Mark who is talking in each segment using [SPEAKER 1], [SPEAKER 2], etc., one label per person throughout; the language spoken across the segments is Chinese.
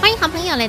[SPEAKER 1] 欢迎好朋友来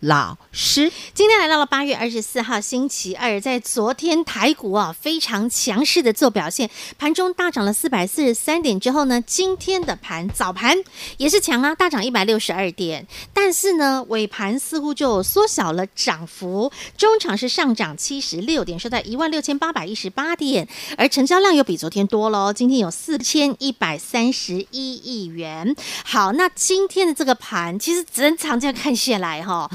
[SPEAKER 2] 老师。
[SPEAKER 1] 今天来到了八月二十四号星期二，在昨天台股啊非常强势的做表现，盘中大涨了四百四十三点之后呢，今天的盘早盘也是强啊，大涨一百六十二点，但是呢尾盘似乎就缩小了涨幅，中场是上涨七十六点，收在一万六千八百一十八点，而成交量又比昨天多喽，今天有四千一百三十一亿元。好，那今天的这个盘其实整场这样看下来哈、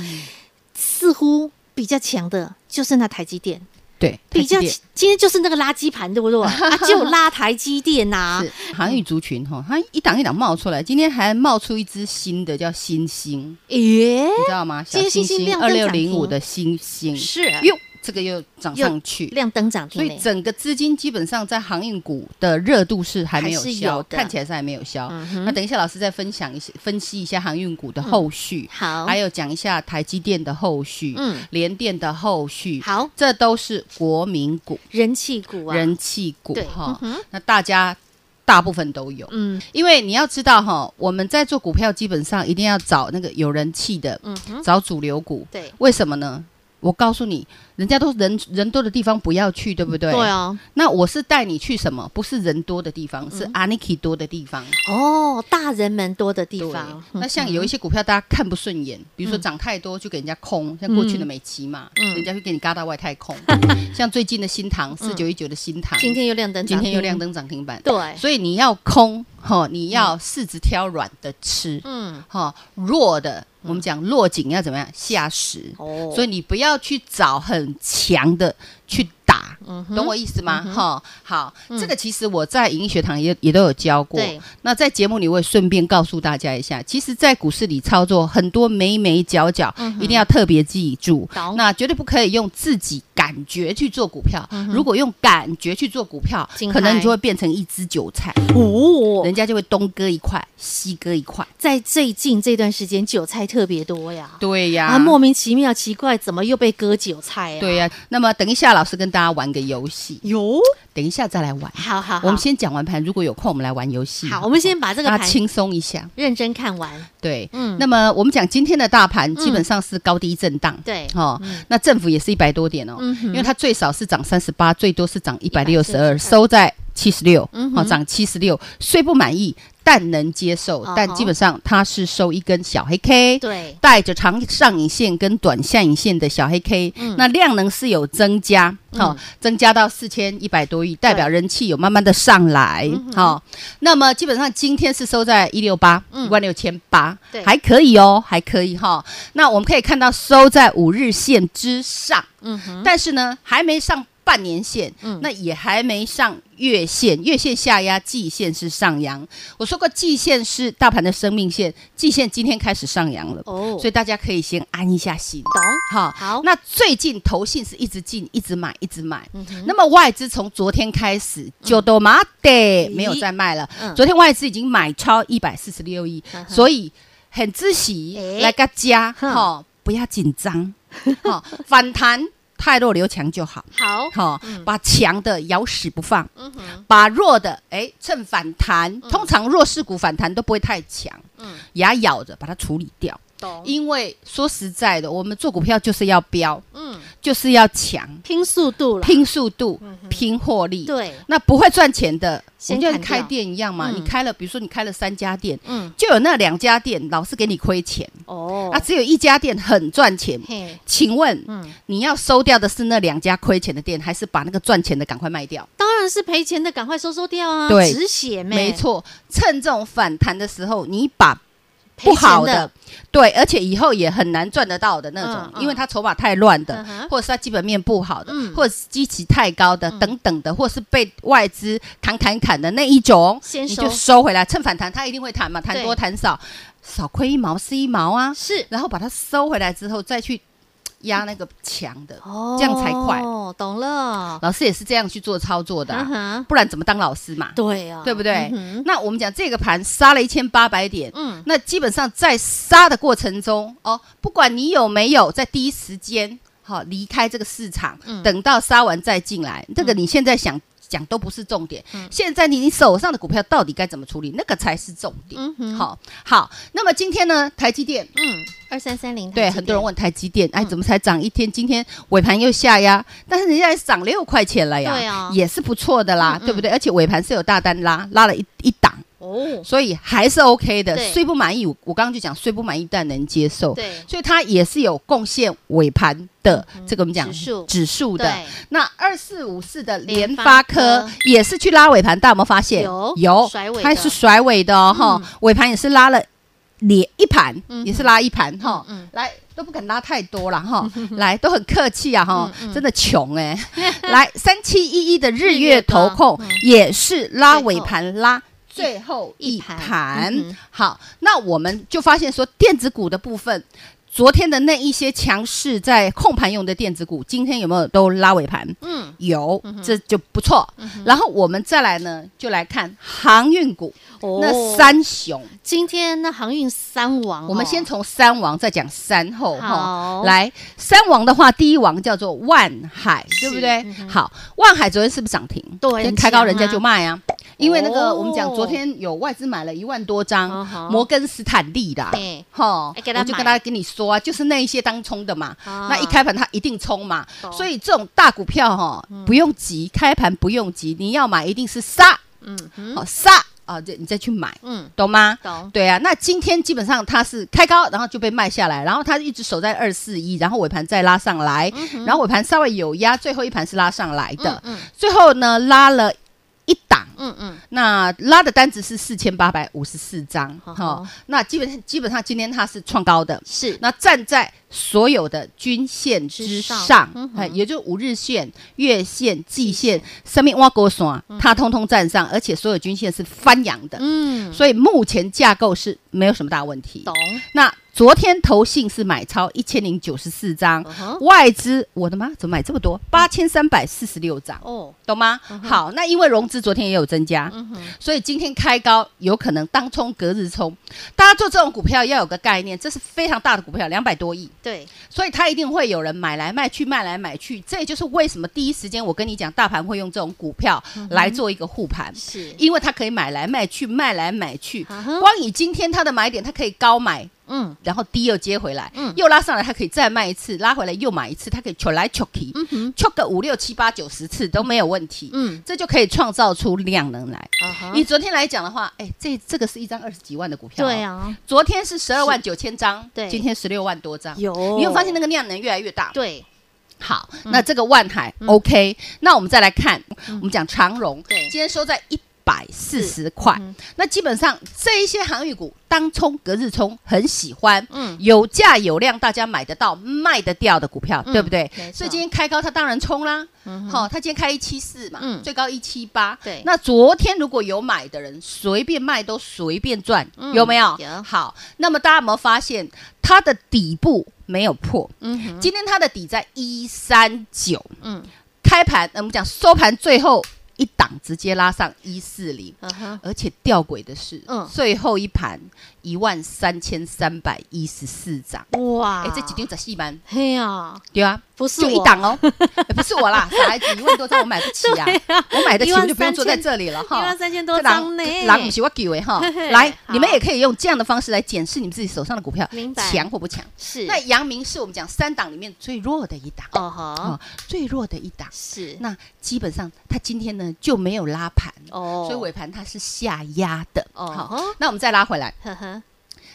[SPEAKER 1] 似乎比较强的就是那台积电，
[SPEAKER 2] 对，
[SPEAKER 1] 比较
[SPEAKER 2] 台积电
[SPEAKER 1] 今天就是那个垃圾盘，对不 对？啊，就拉台积电啊呐、
[SPEAKER 2] 是航运族群哈，它一档一档冒出来，今天还冒出一只新的叫新星，
[SPEAKER 1] 耶，
[SPEAKER 2] 你知道吗？小
[SPEAKER 1] 今天
[SPEAKER 2] 星
[SPEAKER 1] 新星
[SPEAKER 2] 星
[SPEAKER 1] 亮
[SPEAKER 2] 二
[SPEAKER 1] 灯
[SPEAKER 2] 六
[SPEAKER 1] 涨停
[SPEAKER 2] 零五的新星，
[SPEAKER 1] 是
[SPEAKER 2] 哟，这个又涨上去，
[SPEAKER 1] 亮灯涨
[SPEAKER 2] 所
[SPEAKER 1] 停
[SPEAKER 2] 以
[SPEAKER 1] 嘞，
[SPEAKER 2] 整个资金基本上在航运股的热度是还没有
[SPEAKER 1] 还是
[SPEAKER 2] 消，
[SPEAKER 1] 有的
[SPEAKER 2] 看起来是还没有消。
[SPEAKER 1] 嗯哼
[SPEAKER 2] 那等一下老师再分享一些分析一下航运股的后续，
[SPEAKER 1] 好，
[SPEAKER 2] 还有讲一下台积电的后续，
[SPEAKER 1] 嗯
[SPEAKER 2] 联电的后续，
[SPEAKER 1] 好
[SPEAKER 2] 这都是国民股、
[SPEAKER 1] 人气股啊，
[SPEAKER 2] 人气股
[SPEAKER 1] 对
[SPEAKER 2] 哈。
[SPEAKER 1] 嗯哼
[SPEAKER 2] 那大家大部分都有，
[SPEAKER 1] 嗯
[SPEAKER 2] 因为你要知道哈，我们在做股票基本上一定要找那个有人气的，
[SPEAKER 1] 嗯哼，
[SPEAKER 2] 找主流股。
[SPEAKER 1] 对
[SPEAKER 2] 为什么呢？我告诉你，人家都人人多的地方不要去，对不对？
[SPEAKER 1] 对啊，
[SPEAKER 2] 那我是带你去什么？不是人多的地方，
[SPEAKER 1] 嗯
[SPEAKER 2] 是 Aniki 多的地方。
[SPEAKER 1] 哦，大人们多的地
[SPEAKER 2] 对
[SPEAKER 1] 方，嗯
[SPEAKER 2] 那像有一些股票大家看不顺眼，比如说涨太多就给人家空，像过去的美琪嘛，
[SPEAKER 1] 嗯
[SPEAKER 2] 人家会给你嘎到外太空。 像最近的新塘四九一九的新塘，
[SPEAKER 1] 今天又亮灯涨停，
[SPEAKER 2] 今天又亮灯涨停板。
[SPEAKER 1] 对
[SPEAKER 2] 所以你要空哈，哦你要柿子挑软的吃
[SPEAKER 1] 嗯，
[SPEAKER 2] 哈，弱的我们讲落井要怎么样下食，
[SPEAKER 1] 哦，
[SPEAKER 2] 所以你不要去找很强的去打。
[SPEAKER 1] 嗯哼嗯
[SPEAKER 2] 懂我意思吗？哈、好，这个其实我在影音学堂也也都有教过。
[SPEAKER 1] 对，
[SPEAKER 2] 那在节目里我也顺便告诉大家一下，其实，在股市里操作很多眉眉角角，
[SPEAKER 1] 嗯
[SPEAKER 2] 一定要特别记住。
[SPEAKER 1] 懂
[SPEAKER 2] 那绝对不可以用自己感觉去做股票，如果用感觉去做股票
[SPEAKER 1] 嗯惊，
[SPEAKER 2] 可能
[SPEAKER 1] 嗨
[SPEAKER 2] 你就会变成一只韭菜，
[SPEAKER 1] 哦，
[SPEAKER 2] 人家就会东割一块，西割一块。
[SPEAKER 1] 在最近这段时间韭菜特别多呀，
[SPEAKER 2] 对呀
[SPEAKER 1] 啊，莫名其妙奇怪，怎么又被割韭菜啊呀？
[SPEAKER 2] 对呀、那么等一下，老师跟大家玩个游戏，
[SPEAKER 1] 有，
[SPEAKER 2] 等一下再来玩。
[SPEAKER 1] 好啊好，好
[SPEAKER 2] 我们先讲完盘，如果有空，我们来玩游戏。
[SPEAKER 1] 好，我们先把这个
[SPEAKER 2] 让
[SPEAKER 1] 盘
[SPEAKER 2] 它轻松一下。
[SPEAKER 1] 认真看完，
[SPEAKER 2] 对，
[SPEAKER 1] 嗯，
[SPEAKER 2] 那么我们讲今天的大盘基本上是高低震荡，
[SPEAKER 1] 对
[SPEAKER 2] 哦，那政府也是一百多点哦，
[SPEAKER 1] 嗯哼
[SPEAKER 2] 因为它最少是涨三十八，最多是涨一百六十二，
[SPEAKER 1] 142
[SPEAKER 2] 收在七十六，
[SPEAKER 1] 嗯
[SPEAKER 2] 哦，
[SPEAKER 1] 哼
[SPEAKER 2] 涨七十六，虽不满意，但能接受
[SPEAKER 1] 哦，
[SPEAKER 2] 但基本上它是收一根小黑 K，
[SPEAKER 1] 对，
[SPEAKER 2] 带着长上影线跟短下影线的小黑 K，、那
[SPEAKER 1] 嗯
[SPEAKER 2] 量能是有增加，好、增加到四千一百多亿，代表人气有慢慢的上来，
[SPEAKER 1] 嗯
[SPEAKER 2] 好、那么基本上今天是收在一六八一万六千八
[SPEAKER 1] 嗯对，
[SPEAKER 2] 还可以哦，还可以哈、那我们可以看到收在五日线之上，
[SPEAKER 1] 嗯哼，
[SPEAKER 2] 但是呢，还没上半年线，
[SPEAKER 1] 嗯
[SPEAKER 2] 那也还没上月线，月线下压，季线是上扬。我说过，季线是大盘的生命线，季线今天开始上扬了，
[SPEAKER 1] 哦，
[SPEAKER 2] 所以大家可以先安一下心。
[SPEAKER 1] 懂，
[SPEAKER 2] 好，
[SPEAKER 1] 好
[SPEAKER 2] 那最近投信是一直进，一直买，一直买。
[SPEAKER 1] 嗯哼，
[SPEAKER 2] 那么外资从昨天开始就都马得没有再卖了
[SPEAKER 1] 嗯，
[SPEAKER 2] 昨天外资已经买超一百四十六亿
[SPEAKER 1] 嗯，哼
[SPEAKER 2] 所以很知喜
[SPEAKER 1] 诶
[SPEAKER 2] 来个加
[SPEAKER 1] 哼
[SPEAKER 2] 哈，不要紧张，哈，反弹太弱留强就好。
[SPEAKER 1] 好，
[SPEAKER 2] 好、把强的咬死不放，
[SPEAKER 1] 嗯哼，
[SPEAKER 2] 把弱的哎趁反弹，通常弱势股反弹都不会太强，
[SPEAKER 1] 嗯
[SPEAKER 2] 牙咬着把它处理掉。
[SPEAKER 1] 懂，
[SPEAKER 2] 因为说实在的，我们做股票就是要标，
[SPEAKER 1] 嗯，
[SPEAKER 2] 就是要强，
[SPEAKER 1] 拼速度了，
[SPEAKER 2] 拼速度，拼获利。
[SPEAKER 1] 嗯对，
[SPEAKER 2] 那不会赚钱的，我
[SPEAKER 1] 先
[SPEAKER 2] 们就
[SPEAKER 1] 砍
[SPEAKER 2] 跟开
[SPEAKER 1] 掉
[SPEAKER 2] 店一样嘛。
[SPEAKER 1] 嗯
[SPEAKER 2] 你开了，比如说你开了三家店，
[SPEAKER 1] 嗯，
[SPEAKER 2] 就有那两家店老是给你亏钱，
[SPEAKER 1] 哦
[SPEAKER 2] 啊，，只有一家店很赚钱。
[SPEAKER 1] 嘿，
[SPEAKER 2] 请问
[SPEAKER 1] 嗯，
[SPEAKER 2] 你要收掉的是那两家亏钱的店，还是把那个赚钱的赶快卖掉？
[SPEAKER 1] 当然是赔钱的，赶快收收掉啊，
[SPEAKER 2] 对
[SPEAKER 1] 止血妹，
[SPEAKER 2] 没，错，趁这种反弹的时候，你把
[SPEAKER 3] 赔
[SPEAKER 2] 不
[SPEAKER 3] 钱
[SPEAKER 2] 好
[SPEAKER 3] 的
[SPEAKER 2] 的，对，而且以后也很难赚得到的那种
[SPEAKER 3] 嗯，嗯
[SPEAKER 2] 因为它筹码太乱的
[SPEAKER 3] 嗯哼，
[SPEAKER 2] 或者是它基本面不好的
[SPEAKER 3] 嗯，
[SPEAKER 2] 或者是基期太高的等等的，或是被外资砍砍砍的那一种，
[SPEAKER 3] 先
[SPEAKER 2] 你
[SPEAKER 3] 收
[SPEAKER 2] 就收回来，趁反弹，它一定会弹嘛，弹多
[SPEAKER 3] 对
[SPEAKER 2] 弹少，少亏一毛是一毛啊，
[SPEAKER 3] 是
[SPEAKER 2] 然后把它收回来之后再去压那个强的，
[SPEAKER 3] 哦，
[SPEAKER 2] 这样才快。
[SPEAKER 3] 哦，懂了。
[SPEAKER 2] 老师也是这样去做操作的啊、
[SPEAKER 3] 嗯哼
[SPEAKER 2] 不然怎么当老师嘛？
[SPEAKER 3] 对啊，
[SPEAKER 2] 对不对？
[SPEAKER 3] 嗯
[SPEAKER 2] 那我们讲这个盘杀了一千八百点，
[SPEAKER 1] 嗯
[SPEAKER 3] 哼
[SPEAKER 2] 那基本上在杀的过程中哦，不管你有没有在第一时间好、离开这个市场，
[SPEAKER 3] 嗯
[SPEAKER 2] 等到杀完再进来，这个你现在想。讲都不是重点，
[SPEAKER 3] 嗯
[SPEAKER 2] 现在你你手上的股票到底该怎么处理，那个才是重点。
[SPEAKER 3] 嗯哼
[SPEAKER 2] 好，好，那么今天呢，台积电
[SPEAKER 3] 嗯嗯，二三三零，
[SPEAKER 2] 对，很多人问台积电，哎，
[SPEAKER 3] 嗯
[SPEAKER 2] 怎么才涨一天？今天尾盘又下呀，但是人家也是涨六块钱了呀，
[SPEAKER 3] 对啊
[SPEAKER 2] 也是不错的啦，
[SPEAKER 3] 嗯嗯
[SPEAKER 2] 对不对？而且尾盘是有大单拉，拉了一一档，
[SPEAKER 3] 哦，
[SPEAKER 2] 所以还是 OK 的
[SPEAKER 3] 对。
[SPEAKER 2] 虽不满意，我我刚刚就讲，虽不满意但能接受，
[SPEAKER 3] 对，
[SPEAKER 2] 所以它也是有贡献尾盘的
[SPEAKER 3] 嗯
[SPEAKER 2] 这个我们讲
[SPEAKER 3] 指数
[SPEAKER 2] 指数的。
[SPEAKER 3] 对，
[SPEAKER 2] 那二四五四的
[SPEAKER 3] 联
[SPEAKER 2] 联
[SPEAKER 3] 发
[SPEAKER 2] 发
[SPEAKER 3] 科
[SPEAKER 2] 科也是去拉尾盘，大家有没有发现？
[SPEAKER 3] 有
[SPEAKER 2] 有
[SPEAKER 3] 甩尾的嗯
[SPEAKER 2] 它是甩尾的哦，哈、尾盘也是拉了连一盘，
[SPEAKER 3] 嗯哼
[SPEAKER 2] 也是拉一盘哈、
[SPEAKER 3] 嗯嗯
[SPEAKER 2] 来都不敢拉太多了哈、来都很客气啊哈、
[SPEAKER 3] 嗯嗯
[SPEAKER 2] 真的穷哎、来三七一一的日
[SPEAKER 3] 日月
[SPEAKER 2] 月
[SPEAKER 3] 光
[SPEAKER 2] 投控
[SPEAKER 3] 嗯
[SPEAKER 2] 也是拉
[SPEAKER 3] 最后
[SPEAKER 2] 尾盘拉。
[SPEAKER 3] 最
[SPEAKER 2] 最后
[SPEAKER 3] 一
[SPEAKER 2] 一
[SPEAKER 3] 盘
[SPEAKER 2] 盘
[SPEAKER 3] 嗯哼，
[SPEAKER 2] 好，那我们就发现说，电子股的部分，昨天的那一些强势在控盘用的电子股，今天有没有都拉尾盘？
[SPEAKER 3] 嗯，
[SPEAKER 2] 有，这就不错。然后我们再来呢，就来看航运股、
[SPEAKER 3] 哦
[SPEAKER 2] 那三雄。
[SPEAKER 3] 今天那航运三王哦，
[SPEAKER 2] 我们先从三王再讲三后
[SPEAKER 3] 好
[SPEAKER 2] 哈。来，三王的话，第一王叫做万海，对不对？好，万海昨天是不是涨停？
[SPEAKER 3] 嗯对很
[SPEAKER 2] 开高人
[SPEAKER 3] 强
[SPEAKER 2] 家
[SPEAKER 3] 啊
[SPEAKER 2] 就卖啊。因为那个，
[SPEAKER 3] 哦
[SPEAKER 2] 我们讲昨天有外资买了一万多
[SPEAKER 3] 嗯
[SPEAKER 2] 张
[SPEAKER 3] 哼
[SPEAKER 2] 摩根斯坦利的啊
[SPEAKER 3] 对，
[SPEAKER 2] 哈，
[SPEAKER 3] 哎给他
[SPEAKER 2] 我就
[SPEAKER 3] 买
[SPEAKER 2] 跟他跟你说啊，就是那一些当冲的嘛，
[SPEAKER 3] 啊
[SPEAKER 2] 那一开盘它一定冲嘛
[SPEAKER 3] 懂，嗯
[SPEAKER 2] 所以这种大股票哈，不用急，开盘不用急，你要买一定是杀，
[SPEAKER 3] 嗯哼，
[SPEAKER 2] 好杀啊，这你再去买，
[SPEAKER 3] 嗯，
[SPEAKER 2] 懂吗？
[SPEAKER 3] 懂，
[SPEAKER 2] 对啊，那今天基本上它是开高，然后就被卖下来，然后它一直守在二四一，然后尾盘再拉上来，然后尾盘稍微有压，最后一盘是拉上来的，
[SPEAKER 3] 嗯
[SPEAKER 2] 最后呢拉了一档，
[SPEAKER 3] 嗯嗯
[SPEAKER 2] 那拉的单子是四千八百五十四张，
[SPEAKER 3] 好
[SPEAKER 2] 哈、
[SPEAKER 3] 好
[SPEAKER 2] 那基本上基本上今天它是创高的，
[SPEAKER 3] 是，
[SPEAKER 2] 那站在所有的均线之
[SPEAKER 3] 之
[SPEAKER 2] 上
[SPEAKER 3] 上嗯，哼
[SPEAKER 2] 哎、也就五日线、月线、季线、上面挖沟线，它通通站上，而且所有均线是翻扬的，
[SPEAKER 3] 嗯，
[SPEAKER 2] 所以目前架构是没有什么大问题。
[SPEAKER 3] 懂，
[SPEAKER 2] 那昨天投信是买超一千零九十四张
[SPEAKER 3] 嗯哼嗯
[SPEAKER 2] 外资我的妈，怎么买这么多？八千三百四十六张，
[SPEAKER 3] 哦，
[SPEAKER 2] 懂吗？好，那因为融资昨天也有增加，
[SPEAKER 3] 嗯哼，
[SPEAKER 2] 所以今天开高有可能当冲隔日冲。大家做这种股票要有个概念，这是非常大的股票，两百多亿，
[SPEAKER 3] 对，
[SPEAKER 2] 所以它一定会有人买来卖去，卖来买去。这也就是为什么第一时间我跟你讲，大盘会用这种股票
[SPEAKER 3] 嗯
[SPEAKER 2] 来做一个护盘。
[SPEAKER 3] 是，
[SPEAKER 2] 因为它可以买来卖去，卖来买去。
[SPEAKER 3] 啊哈
[SPEAKER 2] 光以今天它的买点，它可以高买，
[SPEAKER 3] 嗯，
[SPEAKER 2] 然后低又接回来，
[SPEAKER 3] 嗯
[SPEAKER 2] 又拉上来，它可以再卖一次，拉回来又买一次，它可以求来求去，
[SPEAKER 3] 嗯哼
[SPEAKER 2] 求个五六七八九十次都没有问题。
[SPEAKER 3] 嗯，
[SPEAKER 2] 这就可以创造出量能来。
[SPEAKER 3] 啊哈
[SPEAKER 2] 以，昨天来讲的话，哎，这这个是一张二十几万的股票、哦
[SPEAKER 3] 对。啊，
[SPEAKER 2] 昨天是十二万九千张，
[SPEAKER 3] 对
[SPEAKER 2] 今天十六万多张，
[SPEAKER 3] 有
[SPEAKER 2] 你有发现那个量能越来越大？
[SPEAKER 3] 对，
[SPEAKER 2] 好，
[SPEAKER 3] 嗯
[SPEAKER 2] 那这个万海、OK，那我们再来看，我们讲长荣，
[SPEAKER 3] 对
[SPEAKER 2] 今天收在一百四十块，
[SPEAKER 3] 嗯
[SPEAKER 2] 那基本上这一些航运股当冲隔日冲很喜欢，
[SPEAKER 3] 嗯
[SPEAKER 2] 有价有量，大家买得到卖得掉的股票，
[SPEAKER 3] 嗯
[SPEAKER 2] 对不对
[SPEAKER 3] 没？错
[SPEAKER 2] 所以今天开高，它当然冲啦，
[SPEAKER 3] 嗯
[SPEAKER 2] 好、它今天开一七四嘛，
[SPEAKER 3] 嗯
[SPEAKER 2] 最高一七八，
[SPEAKER 3] 对
[SPEAKER 2] 那昨天如果有买的人，随便卖都随便赚，
[SPEAKER 3] 嗯
[SPEAKER 2] 有没有？
[SPEAKER 3] 有
[SPEAKER 2] 好，那么大家有没有发现它的底部没有破？
[SPEAKER 3] 嗯哼，
[SPEAKER 2] 今天它的底在一三九，
[SPEAKER 3] 嗯，
[SPEAKER 2] 开盘、呃我们讲收盘最后一档直接拉上一四零，
[SPEAKER 3] 啊哈，
[SPEAKER 2] 而且吊诡的是，
[SPEAKER 3] 嗯
[SPEAKER 2] 最后一盘一万三千三百一十四张，
[SPEAKER 3] 哇，
[SPEAKER 2] 哎、这几丢仔细班，
[SPEAKER 3] 嘿呀，
[SPEAKER 2] 对啊。
[SPEAKER 3] 不啊是
[SPEAKER 2] 就一
[SPEAKER 3] 我，
[SPEAKER 2] 档 哦、哎不是我啦，小孩子一万多张我买不起啊，我买得起
[SPEAKER 3] 13,000
[SPEAKER 2] 我就不用坐在这里了
[SPEAKER 3] 一
[SPEAKER 2] 哈
[SPEAKER 3] 万。三千多
[SPEAKER 2] 这狼
[SPEAKER 3] 张呢，
[SPEAKER 2] 狼不是我给为哈
[SPEAKER 3] 嘿嘿，
[SPEAKER 2] 来，
[SPEAKER 3] 好
[SPEAKER 2] 你们也可以用这样的方式来检视你们自己手上的股票
[SPEAKER 3] 明白
[SPEAKER 2] 强或不强。
[SPEAKER 3] 是，
[SPEAKER 2] 那阳明是我们讲三档里面最弱的一档
[SPEAKER 3] 哦哈
[SPEAKER 2] 啊，，最弱的一档。
[SPEAKER 3] 是，
[SPEAKER 2] 那基本上它今天呢就没有拉盘，
[SPEAKER 3] 哦，
[SPEAKER 2] 所以尾盘它是下压的。
[SPEAKER 3] 哦
[SPEAKER 2] 好，那我们再拉回来，
[SPEAKER 3] 呵呵，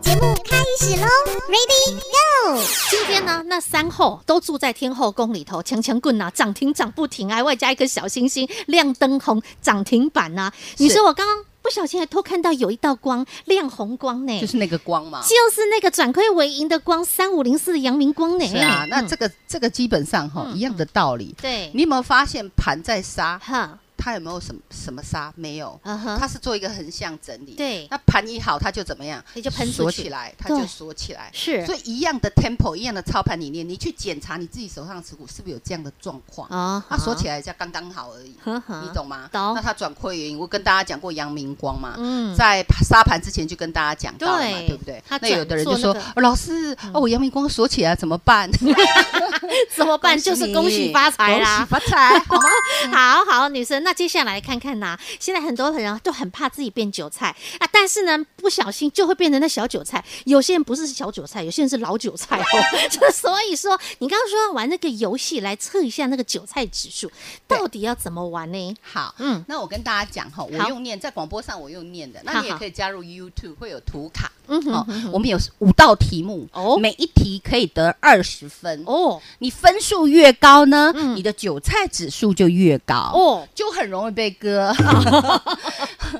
[SPEAKER 4] 节目开始喽，Ready Go！
[SPEAKER 3] 今天呢，那三后都住在天后宫里头，强强棍呐、涨停涨不停啊，外加一颗小星星亮灯红涨停板呐、你说我刚刚不小心还偷看到有一道光亮红光呢，
[SPEAKER 2] 就是那个光嘛。
[SPEAKER 3] 就是那个转亏为盈的光，三五零四的阳明光呢。
[SPEAKER 2] 是啊，那
[SPEAKER 3] 嗯
[SPEAKER 2] 这个这个基本上哈
[SPEAKER 3] 嗯
[SPEAKER 2] 一样的道理。
[SPEAKER 3] 对，
[SPEAKER 2] 你有没有发现盘在杀，
[SPEAKER 3] 哈，
[SPEAKER 2] 它有没有什么什么杀？没有，
[SPEAKER 3] 嗯哼，
[SPEAKER 2] 它是做一个横向整理。
[SPEAKER 3] 对
[SPEAKER 2] 那盘一好，它就怎么样？
[SPEAKER 3] 你就喷出
[SPEAKER 2] 锁
[SPEAKER 3] 去
[SPEAKER 2] 起来，它
[SPEAKER 3] 对
[SPEAKER 2] 就锁起来。
[SPEAKER 3] 是
[SPEAKER 2] 所以一样的 tempo，一样的操盘理念，你去检查你自己手上的持股是不是有这样的状况？
[SPEAKER 3] 啊
[SPEAKER 2] 它锁起
[SPEAKER 3] 来，
[SPEAKER 2] 来一下刚刚好而已，
[SPEAKER 3] 呵呵
[SPEAKER 2] 你懂吗？
[SPEAKER 3] 懂
[SPEAKER 2] 那它转亏原因，我跟大家讲过阳明光嘛，
[SPEAKER 3] 嗯，
[SPEAKER 2] 在沙盘之前就跟大家讲到了嘛，
[SPEAKER 3] 对
[SPEAKER 2] 对不对
[SPEAKER 3] 他？
[SPEAKER 2] 那
[SPEAKER 3] 转
[SPEAKER 2] 有的人
[SPEAKER 3] 做
[SPEAKER 2] 就说
[SPEAKER 3] 那个：“
[SPEAKER 2] 哦老师，哦，我阳明光锁起来怎么办？”
[SPEAKER 3] 怎么办？就是恭喜发财啦！
[SPEAKER 2] 恭喜发财，好吗？
[SPEAKER 3] 好好，女生，那接下来看看呐、现在很多人啊都很怕自己变韭菜啊，但是呢，不小心就会变成那小韭菜。有些人不是小韭菜，有些人是老韭菜哦。 这所以说，你刚刚说要玩那个游戏来测一下那个韭菜指数，
[SPEAKER 2] 对
[SPEAKER 3] 到底要怎么玩呢？
[SPEAKER 2] 好，
[SPEAKER 3] 嗯
[SPEAKER 2] 那我跟大家讲哈，我
[SPEAKER 3] 好
[SPEAKER 2] 用念在广播上我用念的，
[SPEAKER 3] 好
[SPEAKER 2] 那你也
[SPEAKER 3] 好
[SPEAKER 2] 可以加入 YouTube 会有图卡
[SPEAKER 3] 嗯哼
[SPEAKER 2] 哦
[SPEAKER 3] 哼哼。
[SPEAKER 2] 我们有五道题目
[SPEAKER 3] 哦
[SPEAKER 2] 每一题可以得二十分。
[SPEAKER 3] 哦
[SPEAKER 2] 你分数越高呢，
[SPEAKER 3] 嗯
[SPEAKER 2] 你的韭菜指数就越高，
[SPEAKER 3] 哦，
[SPEAKER 2] 就很容易被割。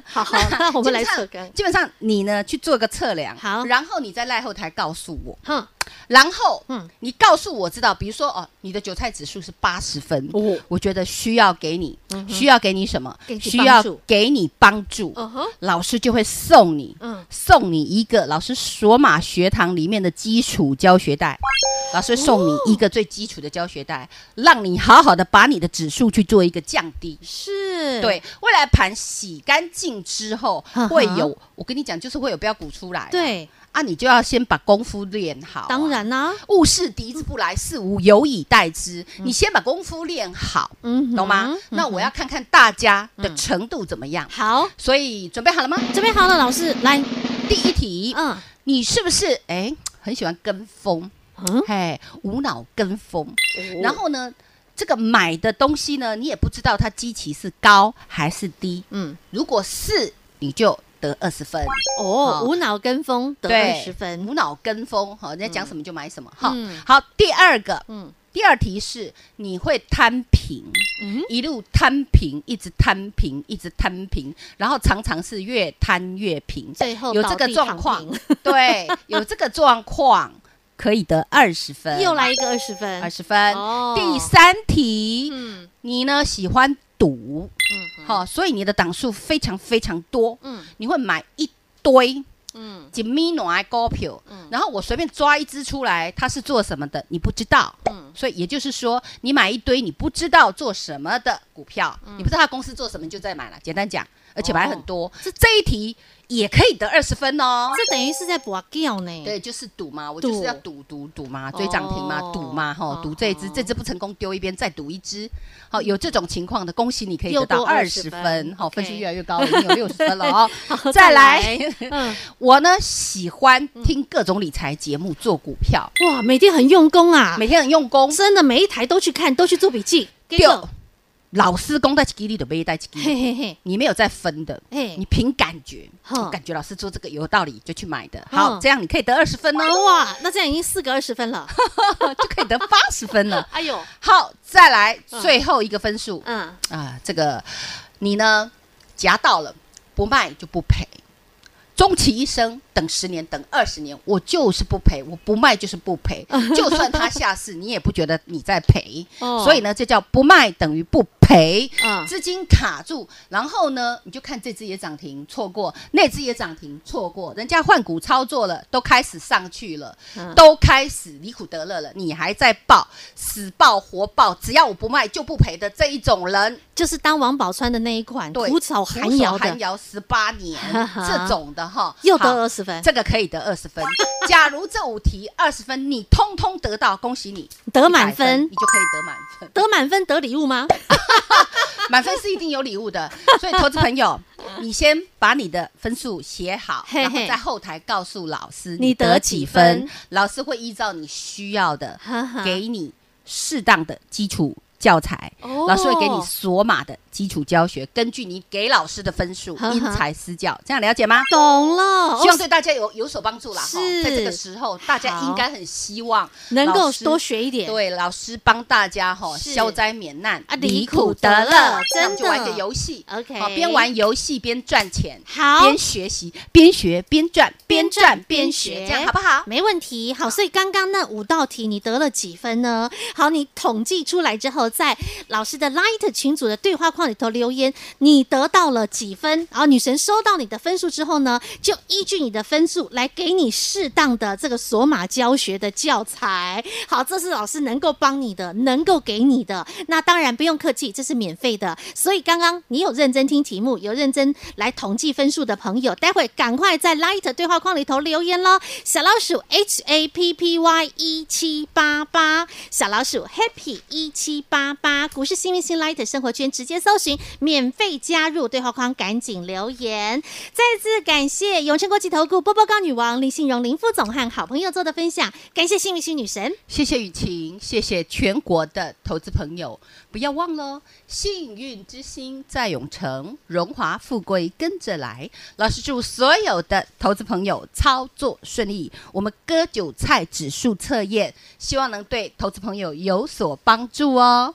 [SPEAKER 3] 好 好，那我们来测
[SPEAKER 2] 基本上
[SPEAKER 3] 根。
[SPEAKER 2] 基本上你呢去做个测量，
[SPEAKER 3] 好
[SPEAKER 2] 然后你在赖后台告诉我，
[SPEAKER 3] 哼，
[SPEAKER 2] 然后
[SPEAKER 3] 嗯
[SPEAKER 2] 你告诉我知道，比如说哦，你的韭菜指数是八十分，
[SPEAKER 3] 哦嗯
[SPEAKER 2] 我觉得需要给你，需要给你什么
[SPEAKER 3] 给你？
[SPEAKER 2] 需
[SPEAKER 3] 帮
[SPEAKER 2] 要
[SPEAKER 3] 助
[SPEAKER 2] 给你帮助，
[SPEAKER 3] 嗯哼，
[SPEAKER 2] 老师就会送你，
[SPEAKER 3] 嗯
[SPEAKER 2] 送你一个老师索马学堂里面的基础教学带，老师送
[SPEAKER 3] 哦
[SPEAKER 2] 你一个最基础的教学带，让你好好的把你的指数去做一个降低。
[SPEAKER 3] 是，
[SPEAKER 2] 对，未来盘洗干净之后
[SPEAKER 3] 嗯哼，
[SPEAKER 2] 会有我跟你讲，就是会有标股出来啊。
[SPEAKER 3] 对，
[SPEAKER 2] 啊，你就要先把功夫练好啊。
[SPEAKER 3] 当然啦、
[SPEAKER 2] 物是敌之不来，是无有以待之。你先把功夫练好，
[SPEAKER 3] 嗯哼嗯
[SPEAKER 2] 懂吗？那我要看看大家的程度怎么样。
[SPEAKER 3] 好，
[SPEAKER 2] 所以准备好了吗？
[SPEAKER 3] 准备好了，老师来，
[SPEAKER 2] 第一题，
[SPEAKER 3] 嗯
[SPEAKER 2] 你是不是哎很喜欢跟风？
[SPEAKER 3] 嗯，
[SPEAKER 2] 嘿，无脑跟风。然后呢，这个买的东西呢，你也不知道它基期是高还是低。
[SPEAKER 3] 嗯，
[SPEAKER 2] 如果是，你就得二十分。
[SPEAKER 3] 哦，
[SPEAKER 2] 好
[SPEAKER 3] 无脑跟风得二
[SPEAKER 2] 对
[SPEAKER 3] 十分，
[SPEAKER 2] 无脑跟风，哈，人家讲什么就买什么，哈
[SPEAKER 3] 嗯。
[SPEAKER 2] 好，第二个，
[SPEAKER 3] 嗯
[SPEAKER 2] 嗯，第二题是你会摊平，
[SPEAKER 3] 嗯
[SPEAKER 2] 一路摊平，一直摊平，一直摊平，然后常常是越摊越平，
[SPEAKER 3] 最后
[SPEAKER 2] 有这
[SPEAKER 3] 倒
[SPEAKER 2] 个
[SPEAKER 3] 地
[SPEAKER 2] 状
[SPEAKER 3] 躺
[SPEAKER 2] 况
[SPEAKER 3] 平，
[SPEAKER 2] 对，有这个状况可以得二十分，
[SPEAKER 3] 又来一个二十分，
[SPEAKER 2] 二十分。
[SPEAKER 3] 哦
[SPEAKER 2] 第，三题，
[SPEAKER 3] 嗯
[SPEAKER 2] 你呢喜欢赌，
[SPEAKER 3] 嗯
[SPEAKER 2] 好，所以你的档数非常非常多，
[SPEAKER 3] 嗯
[SPEAKER 2] 你会买一堆。
[SPEAKER 3] 嗯
[SPEAKER 2] 一米暖的股票，然后我随便抓一只出来，它是做什么的，你不知道。
[SPEAKER 3] 嗯
[SPEAKER 2] 所以也就是说，你买一堆你不知道做什么的股票，
[SPEAKER 3] 嗯
[SPEAKER 2] 你不知道它公司做什么，你就再买了。简单讲，而且
[SPEAKER 3] 哦
[SPEAKER 2] 买很多。这这一题也可以得二十分哦。
[SPEAKER 3] 这等于是在博掉呢，
[SPEAKER 2] 对，就是赌嘛，我就是
[SPEAKER 3] 嗯赌
[SPEAKER 2] 要赌赌赌嘛，追涨停嘛
[SPEAKER 3] 哦，
[SPEAKER 2] 赌嘛，
[SPEAKER 3] 哦
[SPEAKER 2] 哈，赌这一只，这只不成功丢一边，再赌一只，好，有这种情况的，恭喜你可以
[SPEAKER 3] 又
[SPEAKER 2] 得到
[SPEAKER 3] 多
[SPEAKER 2] 二
[SPEAKER 3] 20
[SPEAKER 2] 十
[SPEAKER 3] 分
[SPEAKER 2] 分，好，分数
[SPEAKER 3] OK
[SPEAKER 2] 越来越高了，已经有六十分了哦
[SPEAKER 3] 好。再
[SPEAKER 2] 再来
[SPEAKER 3] 来，嗯，
[SPEAKER 2] 我呢喜欢听各种理财节目，做股票，
[SPEAKER 3] 哇，每天很用功啊，
[SPEAKER 2] 每天很用功，
[SPEAKER 3] 真的每一台都去看，都去做笔记，给
[SPEAKER 2] 对
[SPEAKER 3] 我
[SPEAKER 2] 老师公带几你的，没带几
[SPEAKER 3] 嘿
[SPEAKER 2] 你，
[SPEAKER 3] 嘿嘿，
[SPEAKER 2] 你没有在分的，
[SPEAKER 3] 嘿
[SPEAKER 2] 你凭感觉，
[SPEAKER 3] 哼
[SPEAKER 2] 我感觉老师做这个有道理就去买的，
[SPEAKER 3] 哼
[SPEAKER 2] 好，这样你可以得二十分 哦，
[SPEAKER 3] 哇，啊那这样已经四个二十分了，
[SPEAKER 2] 就可以得八十分了。
[SPEAKER 3] 哎呦，
[SPEAKER 2] 好，再来
[SPEAKER 3] 嗯
[SPEAKER 2] 最后一个分数，
[SPEAKER 3] 嗯，
[SPEAKER 2] 啊，这个你呢夹到了，不卖就不赔，终其一生等十年，等二十年，我就是不赔，我不卖就是不 赔，就算它下市，你也不觉得你在赔。
[SPEAKER 3] 哦
[SPEAKER 2] 所以呢，这叫不卖等于不赔，
[SPEAKER 3] 嗯
[SPEAKER 2] 资金卡住，然后呢，你就看这只也涨停错过，那只也涨停错过，人家换股操作了，都开始上去了，
[SPEAKER 3] 嗯
[SPEAKER 2] 都开始离苦得乐了，你还在报，死报活报，只要我不卖就不赔的这一种人，
[SPEAKER 3] 就是当王宝钏的那一款
[SPEAKER 2] 对，
[SPEAKER 3] 苦草寒
[SPEAKER 2] 徒手
[SPEAKER 3] 窑
[SPEAKER 2] 寒
[SPEAKER 3] 的，
[SPEAKER 2] 窑十八 年这种的哈，
[SPEAKER 3] 又
[SPEAKER 2] 好
[SPEAKER 3] 得二十分，
[SPEAKER 2] 这个可以得二 十分。假如这五题二十分，你通通得到，恭喜你
[SPEAKER 3] 得
[SPEAKER 2] 100
[SPEAKER 3] 满分
[SPEAKER 2] 你就可以得满分。
[SPEAKER 3] 得满分得礼物吗？
[SPEAKER 2] 满分是一定有礼物的，所以投资朋友，你先把你的分数写好，
[SPEAKER 3] 嘿嘿
[SPEAKER 2] 然后在后台告诉老师
[SPEAKER 3] 你得几分，
[SPEAKER 2] 老师会依照你需要的
[SPEAKER 3] 哈哈
[SPEAKER 2] 给你适当的基础。教材，
[SPEAKER 3] 哦
[SPEAKER 2] 老师会给你索码的基础教学，根据你给老师的分数
[SPEAKER 3] 呵呵
[SPEAKER 2] 因材施教，这样了解吗？
[SPEAKER 3] 懂 了，
[SPEAKER 2] 希望
[SPEAKER 3] 哦
[SPEAKER 2] 对大家有有所帮助啦。哈
[SPEAKER 3] 是
[SPEAKER 2] 在这个时候，大家
[SPEAKER 3] 好
[SPEAKER 2] 应该很希望
[SPEAKER 3] 能够
[SPEAKER 2] 老师
[SPEAKER 3] 多学一点。
[SPEAKER 2] 对，老师帮大家哈
[SPEAKER 3] 是
[SPEAKER 2] 消灾免难
[SPEAKER 3] 啊离苦得乐
[SPEAKER 2] 那
[SPEAKER 3] 真的
[SPEAKER 2] 我们就玩个游戏
[SPEAKER 3] OK
[SPEAKER 2] 好边玩游戏边赚钱，
[SPEAKER 3] 好，
[SPEAKER 2] 边学习边学边赚，
[SPEAKER 3] 边
[SPEAKER 2] 边
[SPEAKER 3] 赚
[SPEAKER 2] 赚
[SPEAKER 3] 边
[SPEAKER 2] 边
[SPEAKER 3] 学
[SPEAKER 2] 学，这样好不好？
[SPEAKER 3] 没问题。好，所以刚刚那五道题你得了几分呢？好，你统计出来之后，在老师的 Light 群组的对话框里头留言，你得到了几分？然后女神收到你的分数之后呢，就依据你的分数来给你适当的这个索马教学的教材。好，这是老师能够帮你的，能够给你的。那当然不用客气，这是免费的。所以刚刚你有认真听题目，有认真来统计分数的朋友，待会赶快在 Light 对话框里头留言喽。小老鼠 H A P P Y 一七八八，小老鼠 Happy 一七八八，股市新明星 Light 生活圈直接搜寻，免费加入对话框，赶紧留言。再次感谢永诚国际投顾波波高女王林信荣林副总和好朋友做的分享，感谢幸运星女神。
[SPEAKER 2] 谢谢雨晴，谢谢全国的投资朋友，不要忘了哦，幸运之星在永城，荣华富贵跟着来。老师祝所有的投资朋友操作顺利。我们割韭菜指数测验，希望能对投资朋友有所帮助哦。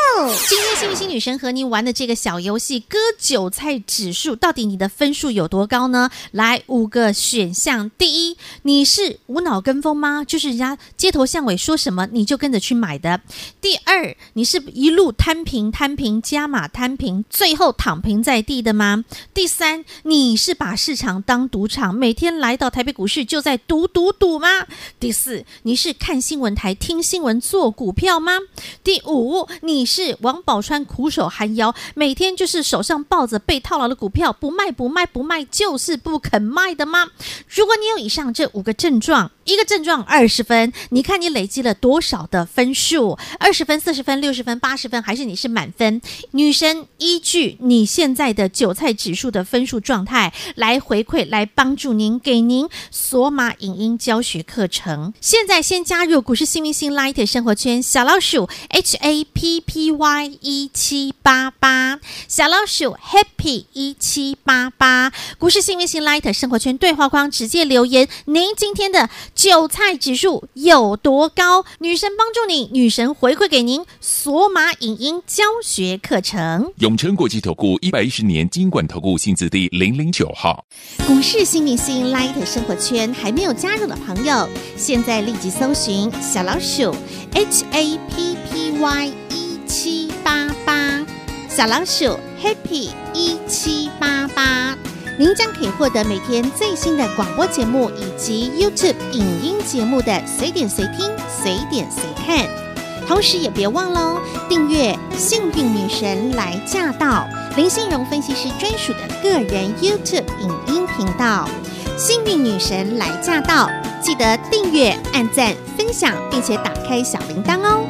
[SPEAKER 4] Go！
[SPEAKER 3] 今天幸运星女神和你玩的这个小游戏割韭菜指数，到底你的分数有多高呢？来，五个选项，第一，你是无脑跟风吗？就是人家街头巷尾说什么你就跟着去买的。第二，你是一路摊平、摊平、加码摊平，最后躺平在地的吗？第三，你是把市场当赌场，每天来到台北股市就在赌赌赌吗？第四，你是看新闻台、听新闻做股票吗？第五，你是王宝钏苦守寒窑，每天就是手上抱着被套牢的股票，不卖不卖不卖，就是不肯卖的吗？如果你有以上这五个症状，一个症状二十分，你看你累积了多少的分数？二十分、四十分、六十分、八十分，还是你是满分？女神依据你现在的韭菜指数的分数状态来回馈，来帮助您，给您索马影音教学课程。现在先加入股市新明星 Light 生活圈小老鼠 H A P P Y 一七八八，小老鼠 Happy 一七八八，股市新明星 Light 生活圈对话框直接留言，您今天的韭菜指数有多高？女神帮助你，女神回馈给您索马影音教学课程。
[SPEAKER 5] 永诚国际投顾一百一十年金管投顾新质第零零九号。
[SPEAKER 3] 股市新明星 Light 生活圈还没有加入的朋友，现在立即搜寻小老鼠 HAPPY 一 E 七八八，小老鼠 Happy 一七八八，您将可以获得每天最新的广播节目以及 YouTube 影音节目的随点随听、随点随看。同时也别忘哦喽，订阅《幸运女神来驾到》林信荣分析师专属的个人 YouTube 影音频道《幸运女神来驾到》，记得订阅、按赞、分享，并且打开小铃铛哦。